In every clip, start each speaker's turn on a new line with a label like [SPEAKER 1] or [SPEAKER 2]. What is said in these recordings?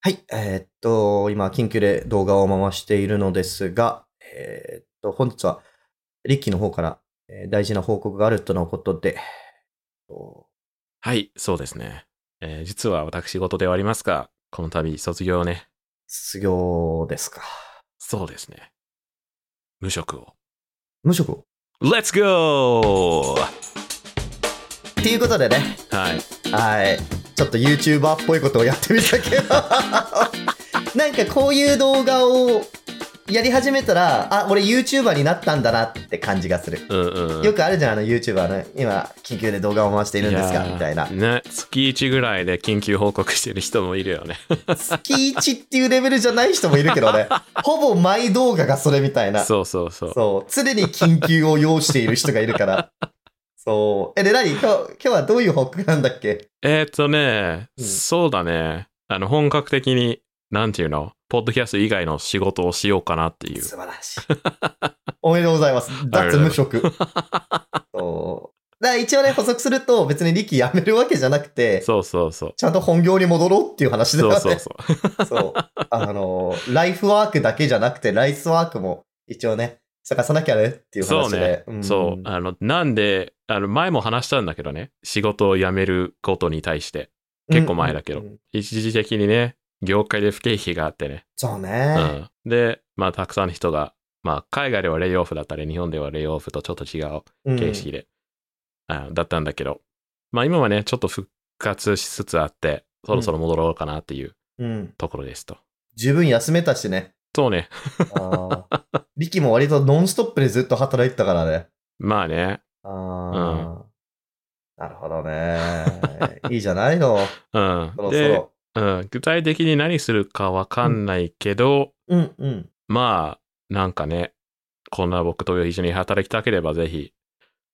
[SPEAKER 1] はい、えー、っと、今、緊急で動画を回しているのですが、えー、っと、本日は、リッキーの方から、えー大事な報告があるとのことで、お
[SPEAKER 2] はい、そうですね。えー実は私事ではありますが、この度卒業をね、
[SPEAKER 1] 失業ですか。
[SPEAKER 2] そうですね。無職を。
[SPEAKER 1] 無職を
[SPEAKER 2] Let's go!
[SPEAKER 1] っていうことでね、
[SPEAKER 2] はい。
[SPEAKER 1] はい、ちょっと YouTuber っぽいことをやってみたけど、 なんかこういう動画をやり始めたら、あ、俺 YouTuber になったんだなって感じがする。
[SPEAKER 2] うんうん。
[SPEAKER 1] よくあるじゃん、あの YouTuber の、今、緊急で動画を回しているんです
[SPEAKER 2] や
[SPEAKER 1] か
[SPEAKER 2] ー
[SPEAKER 1] みたいな。
[SPEAKER 2] ね、月1ぐらいで緊急報告してる人もいるよね。
[SPEAKER 1] 月1っていうレベルじゃない人もいるけ どね、ほぼ毎動画がそれみたいな。
[SPEAKER 2] そうそうそう。
[SPEAKER 1] そう。常に緊急を要している人がいるから。そう。え、で、何今日、今日はどういう報告なんだっけ
[SPEAKER 2] えーっとね、
[SPEAKER 1] うん
[SPEAKER 2] そうだね。あの、本格的に、なんていうのポッドキャスト以外の仕事をしようかなっていう。
[SPEAKER 1] 素晴らしい。おめでとうございます。
[SPEAKER 2] ありが
[SPEAKER 1] 脱
[SPEAKER 2] とうご
[SPEAKER 1] 無
[SPEAKER 2] ざ
[SPEAKER 1] 職。そう。だから一応ね、補足すると、別に力辞めるわけじゃなくて、
[SPEAKER 2] そうそうそう。
[SPEAKER 1] ちゃんと本業に戻ろうっていう話だ
[SPEAKER 2] そ
[SPEAKER 1] よ
[SPEAKER 2] う
[SPEAKER 1] ね。
[SPEAKER 2] そうそう。
[SPEAKER 1] そう。あの、ライフワークだけじゃなくて、ライスワークも一応ね、探さなきゃねっていう
[SPEAKER 2] そ
[SPEAKER 1] 話
[SPEAKER 2] う
[SPEAKER 1] で
[SPEAKER 2] ね。。
[SPEAKER 1] ん
[SPEAKER 2] そう。あの、なんで、あの、前も話したんだけどね、仕事を辞めることに対して、結構前だけど
[SPEAKER 1] うんうんうん
[SPEAKER 2] 一時的にね、業界で不景気があってね。
[SPEAKER 1] そう
[SPEAKER 2] う
[SPEAKER 1] ね。
[SPEAKER 2] ん。で、まあ、たくさんの人が、まあ、海外ではレイオフだったり、日本ではレイオフとちょっと違う
[SPEAKER 1] うん
[SPEAKER 2] 形式で、あだったんだけど、まあ、今はね、ちょっと復活しつつあって、そろそろ戻ろうかなっていう
[SPEAKER 1] うん。
[SPEAKER 2] ところですと。
[SPEAKER 1] 十分休めたしね。
[SPEAKER 2] そうね。
[SPEAKER 1] あーリキも割とノンストップでずっと働いてたからね。
[SPEAKER 2] まあね。
[SPEAKER 1] あーなるほどね。いいじゃない の。
[SPEAKER 2] うん
[SPEAKER 1] そ。ろそ
[SPEAKER 2] で、
[SPEAKER 1] ろ。
[SPEAKER 2] うん、具体的に何するかわかんないけど、
[SPEAKER 1] うんうん。
[SPEAKER 2] まあ、なんかね、こんな僕と一緒に働きたければ、ぜひ、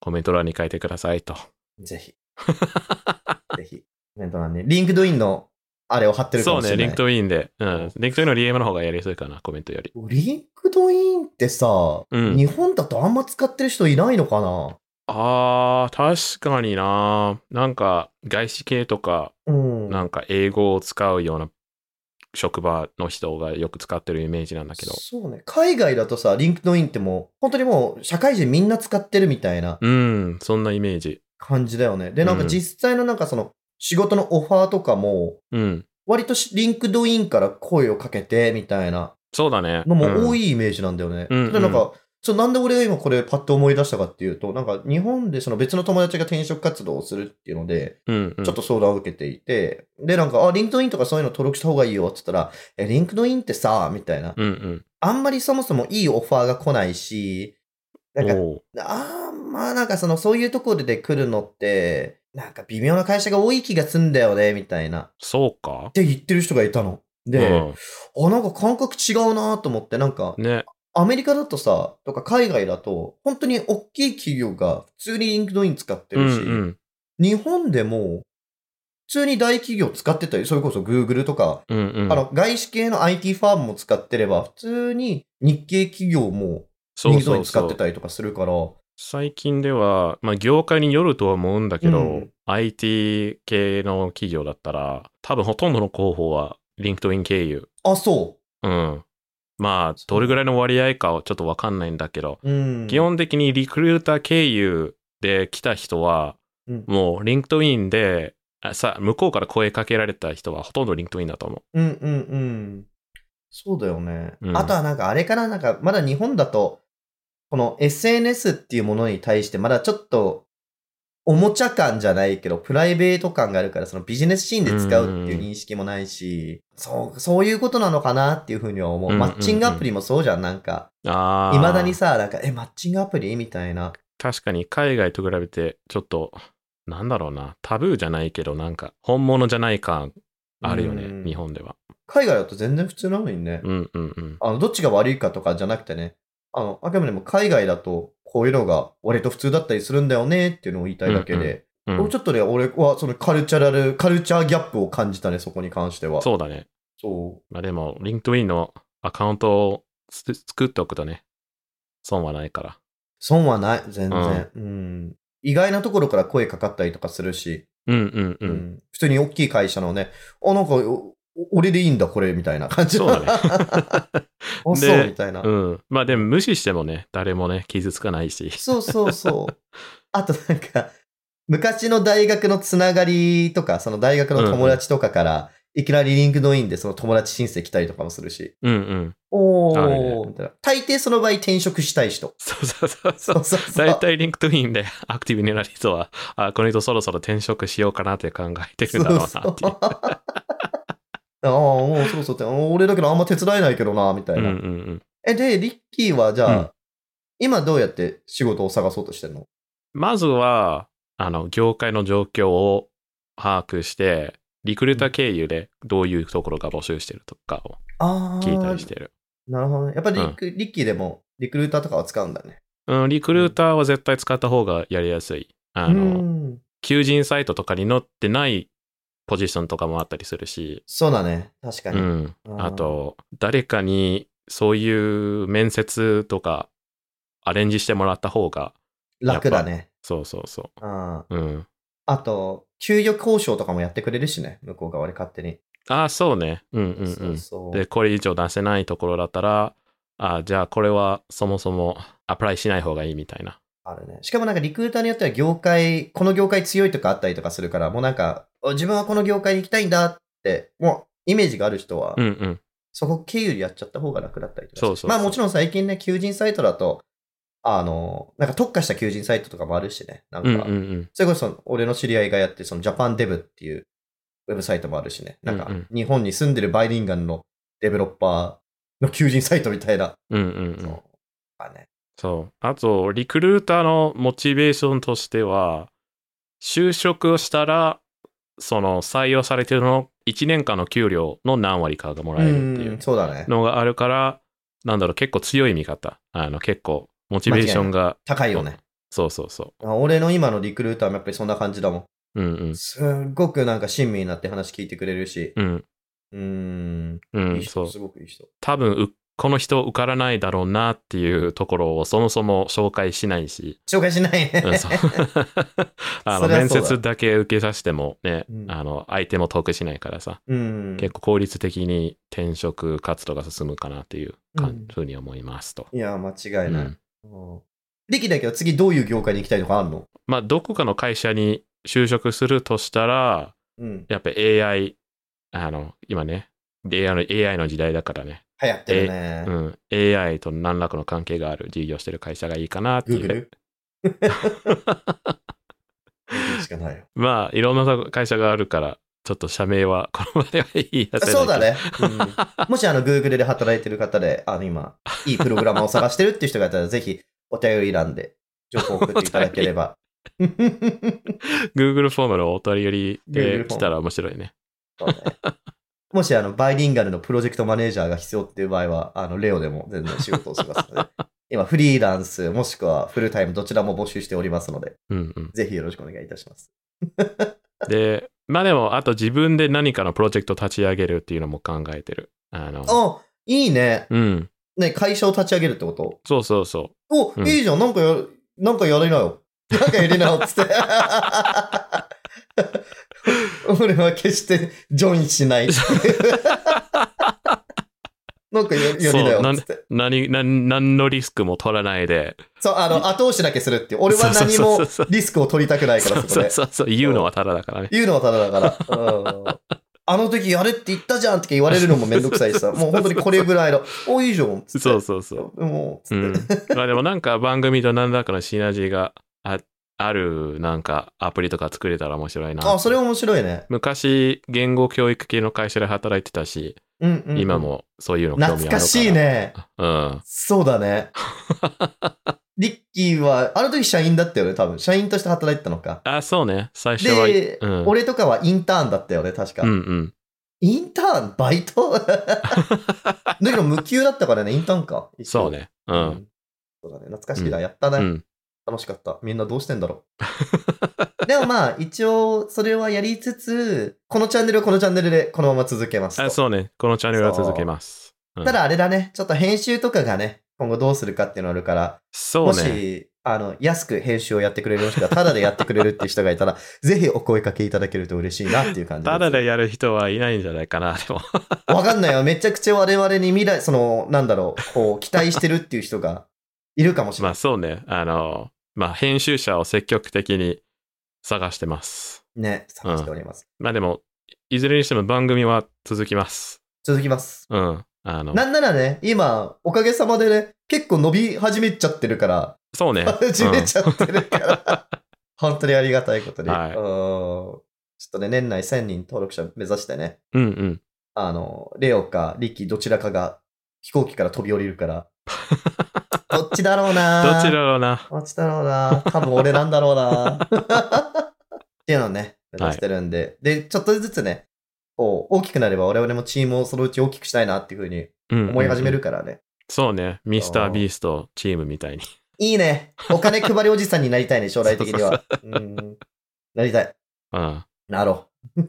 [SPEAKER 2] コメント欄に書いてくださいと。
[SPEAKER 1] ぜひ。 ぜひ。コメント欄に。リンクドインのあれを貼ってるか
[SPEAKER 2] そ
[SPEAKER 1] も
[SPEAKER 2] う
[SPEAKER 1] し
[SPEAKER 2] ね、
[SPEAKER 1] れない。
[SPEAKER 2] リンクトインで。うん。リンクトインの DM の方がやりやすいかな、コメントより。
[SPEAKER 1] リンクドインってさ、
[SPEAKER 2] うん
[SPEAKER 1] 日本だとあんま使ってる人いないのかな
[SPEAKER 2] あー、確かにななんか、外資系とか、
[SPEAKER 1] うん。
[SPEAKER 2] なんか英語を使うような職場の人がよく使ってるイメージなんだけど。
[SPEAKER 1] そうね。海外だとさ、リンクドインってもう、本当にもう、社会人みんな使ってるみたいな
[SPEAKER 2] うん、そんなイメージ。
[SPEAKER 1] 感じだよね。で、なんか
[SPEAKER 2] うん
[SPEAKER 1] 実際のなんかその、仕事のオファーとかも、
[SPEAKER 2] うん。
[SPEAKER 1] 割としリンクドインから声をかけてみたいな
[SPEAKER 2] そうだね。
[SPEAKER 1] のも多
[SPEAKER 2] い。
[SPEAKER 1] いイメージなんだよね。
[SPEAKER 2] うん
[SPEAKER 1] で、なんか、そうなんで俺が今これパッと思い出したかっていうと、なんか日本でその別の友達が転職活動をするっていうので、
[SPEAKER 2] うん、うん。
[SPEAKER 1] ちょっと相談を受けていて、で、なんか、あ、リンクドインとかそういうの登録した方がいいよって言ったら、え、リンクドインってさ、みたいな。
[SPEAKER 2] うん、うん。
[SPEAKER 1] あんまりそもそもいいオファーが来ないし、なんか、
[SPEAKER 2] おう
[SPEAKER 1] あーまあなんかその、そういうところで来るのって、なんか微妙な会社が多い気がすんだよね、みたいな。っ
[SPEAKER 2] そうか。
[SPEAKER 1] て言ってる人がいたの。で、あ、なんか感覚違うなと思って、なんか
[SPEAKER 2] う、ん、ね。
[SPEAKER 1] アメリカだとさ、とか海外だと、本当に大きい企業が普通にリンクドイン使って
[SPEAKER 2] うん、
[SPEAKER 1] るし、
[SPEAKER 2] うん。
[SPEAKER 1] 日本でも、普通に大企業使ってたり、それこそ Google とか、
[SPEAKER 2] うん、うん。
[SPEAKER 1] あの、外資系の IT ファームも使ってれば、普通に日系企業も
[SPEAKER 2] そ
[SPEAKER 1] リン
[SPEAKER 2] う
[SPEAKER 1] クドイ
[SPEAKER 2] そ
[SPEAKER 1] ン
[SPEAKER 2] う
[SPEAKER 1] 使
[SPEAKER 2] そ
[SPEAKER 1] っ
[SPEAKER 2] う
[SPEAKER 1] て。たりとかするから、
[SPEAKER 2] 最近では、まあ、業界によるとは思うんだけど、
[SPEAKER 1] うん
[SPEAKER 2] IT 系の企業だったら、多分ほとんどの候補は LinkedIn 経由。
[SPEAKER 1] あ、そ
[SPEAKER 2] うん。まあ、どれぐらいの割合かはちょっとわかんないんだけど、
[SPEAKER 1] う。うん。
[SPEAKER 2] 基本的にリクルーター経由で来た人は、
[SPEAKER 1] うん
[SPEAKER 2] もう LinkedIn で、あさ、向こうから声かけられた人はほとんど LinkedIn だと思
[SPEAKER 1] うんうんうん。そうだよね。
[SPEAKER 2] うん
[SPEAKER 1] あとはなんかあれからなんかまだ日本だと、この SNS っていうものに対してまだちょっとおもちゃ感じゃないけど、プライベート感があるから、そのビジネスシーンで使うっていう認識もないし、そう、そういうことなのかなっていうふうには思う。
[SPEAKER 2] うんうん
[SPEAKER 1] マ
[SPEAKER 2] う
[SPEAKER 1] ッ
[SPEAKER 2] ん
[SPEAKER 1] チングアプリもそうじゃん、なんか。
[SPEAKER 2] う。ああ。
[SPEAKER 1] 未だにさ、なんか、え、マッチングアプリみたいな。
[SPEAKER 2] 確かに海外と比べてちょっとなんだろうなタブーじゃないけどなんか本物じゃない感あるよ
[SPEAKER 1] うん
[SPEAKER 2] ね日本では
[SPEAKER 1] 海外だと全然普通なのにね。
[SPEAKER 2] うんうんうん
[SPEAKER 1] あの、どっちが悪いかとかじゃなくてね、あの、あくまでも海外だと、こういうのが割と普通だったりするんだよねっていうのを言いたいだけで、
[SPEAKER 2] う
[SPEAKER 1] 俺
[SPEAKER 2] ん
[SPEAKER 1] ちょっとね、俺はそのカルチャラル、カルチャーギャップを感じたね、そこに関しては。
[SPEAKER 2] そうだね
[SPEAKER 1] そ
[SPEAKER 2] まあでも LinkedIn のアカウントをつ作っておくとね損はないから
[SPEAKER 1] 損はない、全然。うん。意外なところから声かかったりとかするし、
[SPEAKER 2] うんうんうん、
[SPEAKER 1] うん普通に大きい会社のね、あ、なんか、おお俺でいいんだ、これ、みたいな感じ。
[SPEAKER 2] そう だね
[SPEAKER 1] あ、そう、みたいな。
[SPEAKER 2] うん。まあでも無視してもね、誰もね、傷つかないし。
[SPEAKER 1] そうそうそう。あとなんか、昔の大学のつながりとか、その大学の友達とかから、いきなりリンクドインでその友達申請来たりとかもするし、
[SPEAKER 2] うんうん。
[SPEAKER 1] お
[SPEAKER 2] あるね
[SPEAKER 1] ー、みたいな。大抵その場合転職したい人。
[SPEAKER 2] そうそうそうそ
[SPEAKER 1] そうう。そうそう。
[SPEAKER 2] 大体リンクトインでアクティブになる人は、あこの人そろそろ転職しようかなって考えてるんだろうなっていう。
[SPEAKER 1] そうそうああ、もうそうそうって、俺だけどあんま手伝えないけどな、みたい
[SPEAKER 2] うんう
[SPEAKER 1] な。
[SPEAKER 2] んうん。
[SPEAKER 1] え、で、リッキーはじゃあ、
[SPEAKER 2] うん
[SPEAKER 1] 今どうやって仕事を探そうとしてるの
[SPEAKER 2] まずは、あの、業界の状況を把握して、リクルーター経由でどういうところが募集してるとかを
[SPEAKER 1] ああ、
[SPEAKER 2] 聞いたりしてる。
[SPEAKER 1] なるほどね。やっぱりリ,、リッキーでもリクルーターとかは使うんだね。
[SPEAKER 2] うん、リクルーターは絶対使った方がやりやすい。あの、
[SPEAKER 1] うん
[SPEAKER 2] 求人サイトとかに載ってないポジションとかもあったりするし、
[SPEAKER 1] そうだね。確か
[SPEAKER 2] う
[SPEAKER 1] に。
[SPEAKER 2] ん。
[SPEAKER 1] うん
[SPEAKER 2] あと、誰かにそういう面接とかアレンジしてもらった方が、
[SPEAKER 1] 楽だね。
[SPEAKER 2] そうそうそ
[SPEAKER 1] うん
[SPEAKER 2] う。うん。
[SPEAKER 1] あと、給与交渉とかもやってくれるしね。向こう側で勝手に。
[SPEAKER 2] ああ、そうね。うんうんうん。
[SPEAKER 1] そうそう。
[SPEAKER 2] で、これ以上出せないところだったら、ああ、じゃあこれはそもそもアプライしない方がいいみたいな。
[SPEAKER 1] あるね。しかもなんかリクルーターによっては業界、この業界強いとかあったりとかするから、もうなんか、あ自分はこの業界に行きたいんだって、もうイメージがある人は、
[SPEAKER 2] うんうん。
[SPEAKER 1] そこ経由でやっちゃった方が楽だったりとか
[SPEAKER 2] そうそうそう
[SPEAKER 1] まあもちろん最近ね、求人サイトだと、あの、なんか特化した求人サイトとかもあるしね。なんか、
[SPEAKER 2] うんうんうん。
[SPEAKER 1] それこそ俺の知り合いがやってる、そのジャパンデブっていうウェブサイトもあるしね。なんか
[SPEAKER 2] うんうん
[SPEAKER 1] 日本に住んでるバイリンガンのデベロッパーの求人サイトみたいな。
[SPEAKER 2] うんうんう。
[SPEAKER 1] そうんまあね。
[SPEAKER 2] そう。あと、リクルーターのモチベーションとしては、就職をしたら、その採用されてるの1年間の給料の何割かがもらえるっていう
[SPEAKER 1] うんそうだね。
[SPEAKER 2] のがあるから、なんだろう、結構強い味方。あの、結構、モチベーションが、
[SPEAKER 1] 高いよね。
[SPEAKER 2] そうそうそ
[SPEAKER 1] あ俺の今のリクルーターもやっぱりそんな感じだも
[SPEAKER 2] う。うん
[SPEAKER 1] ん。すっごくなんか親身になって話聞いてくれるし。
[SPEAKER 2] うん。うん。
[SPEAKER 1] うーん。
[SPEAKER 2] う
[SPEAKER 1] いい
[SPEAKER 2] ん、そ
[SPEAKER 1] 人、
[SPEAKER 2] う。
[SPEAKER 1] すごくいい人。
[SPEAKER 2] 多分、うこの人受からないだろうなっていうところをそもそも紹介しな いし、
[SPEAKER 1] 紹介しないね。
[SPEAKER 2] うん そうあの
[SPEAKER 1] そりゃそうだ
[SPEAKER 2] 面接だけ受けさせてもね、
[SPEAKER 1] うん
[SPEAKER 2] あの相手も得しないからさ、
[SPEAKER 1] うん。
[SPEAKER 2] 結構効率的に転職活動が進むかなっていうか、
[SPEAKER 1] うん
[SPEAKER 2] ふうに思いますと。
[SPEAKER 1] いや、間違
[SPEAKER 2] う
[SPEAKER 1] いない。
[SPEAKER 2] ん
[SPEAKER 1] うんリキだけど次どういう業界に行きたいとかあるの
[SPEAKER 2] まあ、どこかの会社に就職するとしたら、
[SPEAKER 1] うん。
[SPEAKER 2] やっぱ AI、あの、今ね、AI の AI の時代だからね、
[SPEAKER 1] 流行ってるね
[SPEAKER 2] う。ん、AI と何らかの関係がある事業してる会社がいいかなっていう。
[SPEAKER 1] Google? しかないよ。
[SPEAKER 2] まあ、いろんな会社があるから、ちょっと社名はこの場では言い出せないけど
[SPEAKER 1] そうだ。ね。うんもしあの Google で働いてる方で、あの今、いいプログラマーを探してるっていう人がいたら、ぜひお便り欄で情報を送っていただけれ ば。
[SPEAKER 2] Google フォームのお取り寄りで
[SPEAKER 1] Google
[SPEAKER 2] 来たら面白いね。
[SPEAKER 1] そうねもしあのバイリンガルのプロジェクトマネージャーが必要っていう場合は、あのレオでも全然仕事をします ので、今フリーランスもしくはフルタイムどちらも募集しておりますので、
[SPEAKER 2] うんうん。
[SPEAKER 1] ぜひよろしくお願いいたします。
[SPEAKER 2] で、まあでも、あと自分で何かのプロジェクト立ち上げるっていうのも考えてる。あの、
[SPEAKER 1] あ、いいね。
[SPEAKER 2] うん。
[SPEAKER 1] ね、会社を立ち上げるってこと
[SPEAKER 2] そうそうそ
[SPEAKER 1] お、
[SPEAKER 2] うん
[SPEAKER 1] いいじゃん。なんかや、なんかやりなよ。なんかやりなよ。つって。 俺は決してジョインしないって いう。なんかややりなよ
[SPEAKER 2] そう。
[SPEAKER 1] つって。
[SPEAKER 2] う。何、何、何のリスクも取らないで。
[SPEAKER 1] そう、あの、後押しだけするっていう。俺は何
[SPEAKER 2] そ
[SPEAKER 1] も
[SPEAKER 2] うそうそうそう
[SPEAKER 1] リスクを取りたくないか
[SPEAKER 2] そ
[SPEAKER 1] ら、
[SPEAKER 2] う
[SPEAKER 1] そこ
[SPEAKER 2] そう
[SPEAKER 1] で。
[SPEAKER 2] そうそう。言うのはただだからね。
[SPEAKER 1] 言うのはただだから。うんあの時やれって言ったじゃんって言われるのもめんどくさい しさ。もう本当にこれぐらいの。お、いいじゃん。つって
[SPEAKER 2] そうそうそう。
[SPEAKER 1] もう、つ
[SPEAKER 2] う
[SPEAKER 1] って。
[SPEAKER 2] ん、まあでもなんか番組と何らかのシナジーがああるなんかアプリとか作れたら面白いな。
[SPEAKER 1] あ、それ面白いね。
[SPEAKER 2] 昔言語教育系の会社で働いてたし、
[SPEAKER 1] うん、うん。
[SPEAKER 2] 今。もそういうの興味あるから。
[SPEAKER 1] 懐かしい。ね。
[SPEAKER 2] うん。
[SPEAKER 1] そうだ ね。リッキーは、あの時社員だったよね、多分。社員として働いてたのか。
[SPEAKER 2] あ、そうね。最初は。
[SPEAKER 1] で、
[SPEAKER 2] うん、
[SPEAKER 1] 俺とかはインターンだったよね、確か。
[SPEAKER 2] うんうん。
[SPEAKER 1] インターンバイ トだけど無給だったからね、インターンか。
[SPEAKER 2] そう。ね。う。。
[SPEAKER 1] うんそうだね、懐かしいな。やったね、
[SPEAKER 2] うん。
[SPEAKER 1] 楽しかった。みんなどうしてんだろ う。でもまあ、一応、それはやりつつ、このチャンネルはこのチャンネルでこのまま続けますと。
[SPEAKER 2] あ、そうね。このチャンネルは続けます。うん
[SPEAKER 1] ただあれだね、ちょっと編集とかがね、今後どうするかっていうのあるから、
[SPEAKER 2] そ
[SPEAKER 1] も
[SPEAKER 2] うね。
[SPEAKER 1] し、あの、安く編集をやってくれるもしくは、ただでやってくれるっていう人がいた ら、ぜひお声かけいただけると嬉しいなっていう感じす
[SPEAKER 2] ただでやる人はいないんじゃないか な、でも。
[SPEAKER 1] わかんないよ。めちゃくちゃ我々に未来、その、なんだろう、こう、期待してるっていう人がいるかもしれな
[SPEAKER 2] まあ
[SPEAKER 1] い。
[SPEAKER 2] そうね。あの、まあ編集者を積極的に探してます。
[SPEAKER 1] ね、探しております。
[SPEAKER 2] まあでも、いずれにしても番組は続きます。
[SPEAKER 1] 続きます。
[SPEAKER 2] うん。あの、
[SPEAKER 1] なんならね、今、おかげさまでね、結構伸び始めちゃってるから、
[SPEAKER 2] そ うね。
[SPEAKER 1] 始めちゃってるから、 本当にありがたいことに。
[SPEAKER 2] は
[SPEAKER 1] う
[SPEAKER 2] い
[SPEAKER 1] んちょっとね、年内1000人登録者目指してね、
[SPEAKER 2] うんうんうん。
[SPEAKER 1] あの、レオかリキどちらかが飛行機から飛び降りる から、どっちだろう
[SPEAKER 2] ど
[SPEAKER 1] な
[SPEAKER 2] ちらだろうな。
[SPEAKER 1] どっちだろうな多分俺なんだろうなっていうのをね、目指してるんで、で、ちょっとずつね、こう、大きくなれば我々もチームをそのうち大きくしたいなっていうふうに
[SPEAKER 2] うんうんうん
[SPEAKER 1] 思い始める。からね。
[SPEAKER 2] そうね。ミスタービーストチームみたいに。
[SPEAKER 1] いいね。お金配りおじさんになりたいね、将来的には。うんなりたい。
[SPEAKER 2] うん。
[SPEAKER 1] なろ う。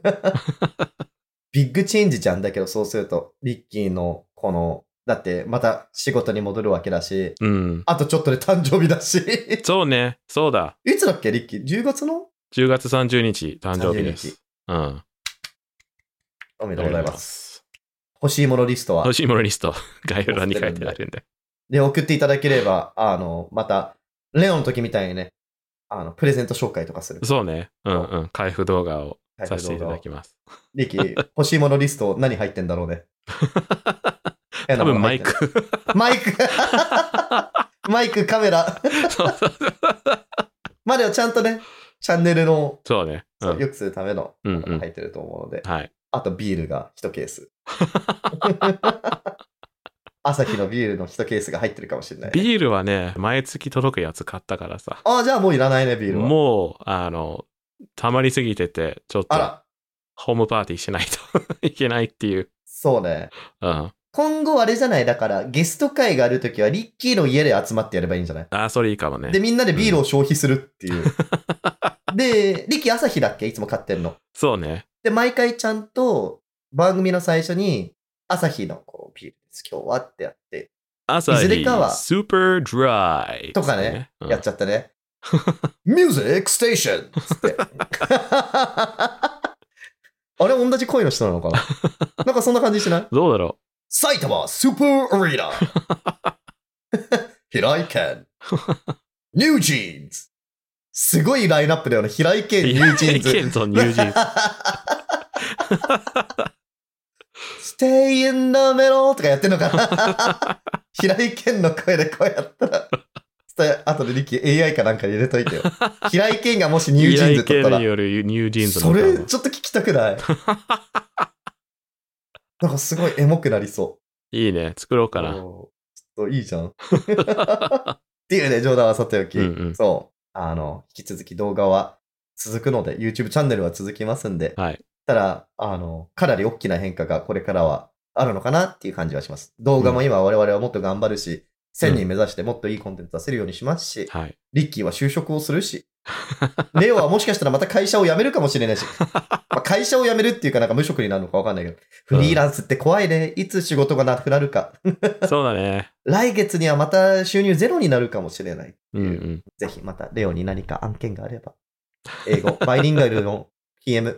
[SPEAKER 1] ビッグチェンジじゃんだけど、そうすると、リッキーのこの、だってまた仕事に戻るわけだし、
[SPEAKER 2] うん。
[SPEAKER 1] あとちょっとで誕生日だ し。
[SPEAKER 2] そうね。そうだ。
[SPEAKER 1] いつだっけ、リッキー ?10 月の
[SPEAKER 2] 10月30日誕生日で
[SPEAKER 1] 30日
[SPEAKER 2] す。うん。
[SPEAKER 1] おめで
[SPEAKER 2] あ
[SPEAKER 1] とうございます。
[SPEAKER 2] す。
[SPEAKER 1] 欲しいものリストは
[SPEAKER 2] 欲。しいものリスト、 概要欄に書いてあるんで。
[SPEAKER 1] で、送っていただければ、あの、また、レオの時みたいにね、あの、プレゼント紹介とかする。
[SPEAKER 2] そうね。うんうん。開封動画をさせていただきます。
[SPEAKER 1] リッキー、欲しいものリスト何入ってんだろう ね。
[SPEAKER 2] 多分マイク。。
[SPEAKER 1] マイクマイク、 カメラ。
[SPEAKER 2] そうそう
[SPEAKER 1] まあでもちゃんとね、チャンネルの、
[SPEAKER 2] そうね。う。
[SPEAKER 1] そうん良くするための
[SPEAKER 2] うんうん
[SPEAKER 1] 入ってると思うので、
[SPEAKER 2] はい。
[SPEAKER 1] あとビールが1ケース。 朝日のビールの1ケースが入ってるかもしれない。
[SPEAKER 2] ビールはね、毎月届くやつ買ったからさ。
[SPEAKER 1] ああ、じゃあもういらないね、ビールは。
[SPEAKER 2] もう、あの、溜まりすぎてて、ちょっ
[SPEAKER 1] あ
[SPEAKER 2] と
[SPEAKER 1] ら、
[SPEAKER 2] ホームパーティーしないと いけないっていう。
[SPEAKER 1] そうね。
[SPEAKER 2] うん。
[SPEAKER 1] 今後あれじゃないだから、ゲスト会があるときは、リッキーの家で集まってやればいいんじゃない
[SPEAKER 2] あ、それいいかもね
[SPEAKER 1] で、。みんなでビールを消費するっていう。 で、リッキー朝日だっけいつも買ってるの。
[SPEAKER 2] そうね。
[SPEAKER 1] で、毎回ちゃんと番組の最初に、朝日のこうビールです、今日はってやって、
[SPEAKER 2] 朝日、
[SPEAKER 1] いずれかは
[SPEAKER 2] スーパードライ。
[SPEAKER 1] とかね
[SPEAKER 2] うん
[SPEAKER 1] やっちゃったね。ミュージックステーションつっ て。あれ、同じ声の人なのか ななんかそんな感じしない
[SPEAKER 2] どうだろ
[SPEAKER 1] 埼玉スーパーアリー ナ平井堅ニュージーンズすごいラインナップだよね。平井堅
[SPEAKER 2] う
[SPEAKER 1] ニュージーンズ。
[SPEAKER 2] ケンとニュージーンズ。
[SPEAKER 1] Stay in the middle とかやってんのか な平井堅の声でこうやったら。ちょっと後でリッキー AI かなんかに入れといてよ。平井堅がも しニュージーンズ取った
[SPEAKER 2] 依頼系
[SPEAKER 1] ら
[SPEAKER 2] に。よるニュージーンズの
[SPEAKER 1] そ
[SPEAKER 2] 歌
[SPEAKER 1] れ
[SPEAKER 2] も
[SPEAKER 1] ちょっと聞きたく ないなんかすごいエモくなりそう。
[SPEAKER 2] いいね。作ろうかな。
[SPEAKER 1] おーちょっといい じゃん。っていうね、冗談はさておき、
[SPEAKER 2] うんうん
[SPEAKER 1] そう、あの、引き続き動画は続くので、YouTube チャンネルは続きますんで、
[SPEAKER 2] はい。
[SPEAKER 1] ただ、あの、かなり大きな変化がこれからはあるのかなっていう感じはします。動画も今我々はもっと頑張るし、1000人目指してもっといいコンテンツ出せるようにしますし、
[SPEAKER 2] はい。
[SPEAKER 1] リッキーは就職をするし、レオはもしかしたらまた会社を辞めるかもしれない し、まあ会社を辞めるっていうかなんか無職になるのかわかんないけど、フリーランスって怖いね。いつ仕事がなくなるか。
[SPEAKER 2] そう だね。
[SPEAKER 1] 来月にはまた収入ゼロになるかもしれない。
[SPEAKER 2] うんうん。
[SPEAKER 1] ぜひまたレオに何か案件があれば、英 語、バイリンガルの PM、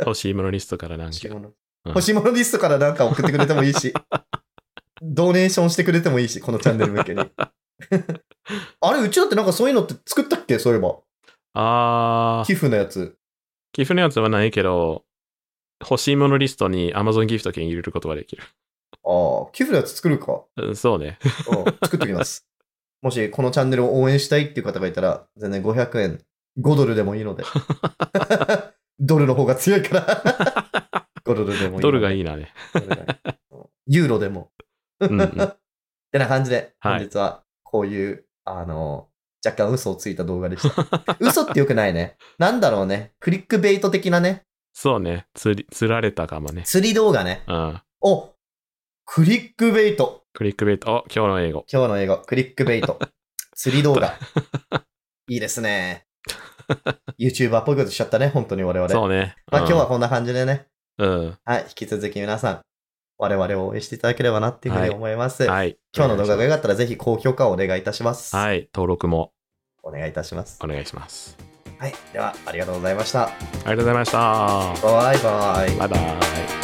[SPEAKER 2] 欲しいものリストからなんか。
[SPEAKER 1] 欲しいもの
[SPEAKER 2] うん
[SPEAKER 1] 欲しいものリストからなんか送ってくれてもいいし、ドネーションしてくれてもいいし、このチャンネル向 けに。あれ、うちだってなんかそういうのって作ったっけそういえば。
[SPEAKER 2] あー、
[SPEAKER 1] 寄付のやつ。
[SPEAKER 2] 寄付のやつはないけど、欲しいものリストに Amazon ギフト券入れることはできる。
[SPEAKER 1] ああ、寄付のやつ作るか。
[SPEAKER 2] うんそうね。
[SPEAKER 1] うん作っておきます。もしこのチャンネルを応援したいっていう方がいたら、全然500円、5ドルでもいいの で。ドルの方が強いから。5ドルでもいいので。
[SPEAKER 2] ドルがい
[SPEAKER 1] い。
[SPEAKER 2] いなね。
[SPEAKER 1] ユーロでも。
[SPEAKER 2] うんうん
[SPEAKER 1] ってな感じで、
[SPEAKER 2] はい
[SPEAKER 1] 本日はこういう、あの、若干嘘をついた動画でした。嘘ってよくないね。なんだろうね。クリックベイト的なね。
[SPEAKER 2] そうね。釣り、釣られたかもね。
[SPEAKER 1] 釣り動画ね。
[SPEAKER 2] うん。
[SPEAKER 1] おクリックベイト。
[SPEAKER 2] クリックベイト。お、今日の英語。
[SPEAKER 1] 今日の英語、クリックベイ ト。釣り動画。いいです ね。YouTuber っぽいことしちゃったね、本当に我々。
[SPEAKER 2] そうね。
[SPEAKER 1] まあ
[SPEAKER 2] うん
[SPEAKER 1] 今日は。こんな感じでね、
[SPEAKER 2] うん。
[SPEAKER 1] はい、引き続き皆さん、我々を応援していただければなっていうふうに思います。
[SPEAKER 2] はい。
[SPEAKER 1] 今日の動画が良かったらぜひ高評価をお願いいたします。
[SPEAKER 2] はい。登録も
[SPEAKER 1] お願いいたします。
[SPEAKER 2] お願いします。
[SPEAKER 1] はい。では、ありがとうございました。
[SPEAKER 2] ありがとうございました。
[SPEAKER 1] バイバイ。
[SPEAKER 2] バイバイ。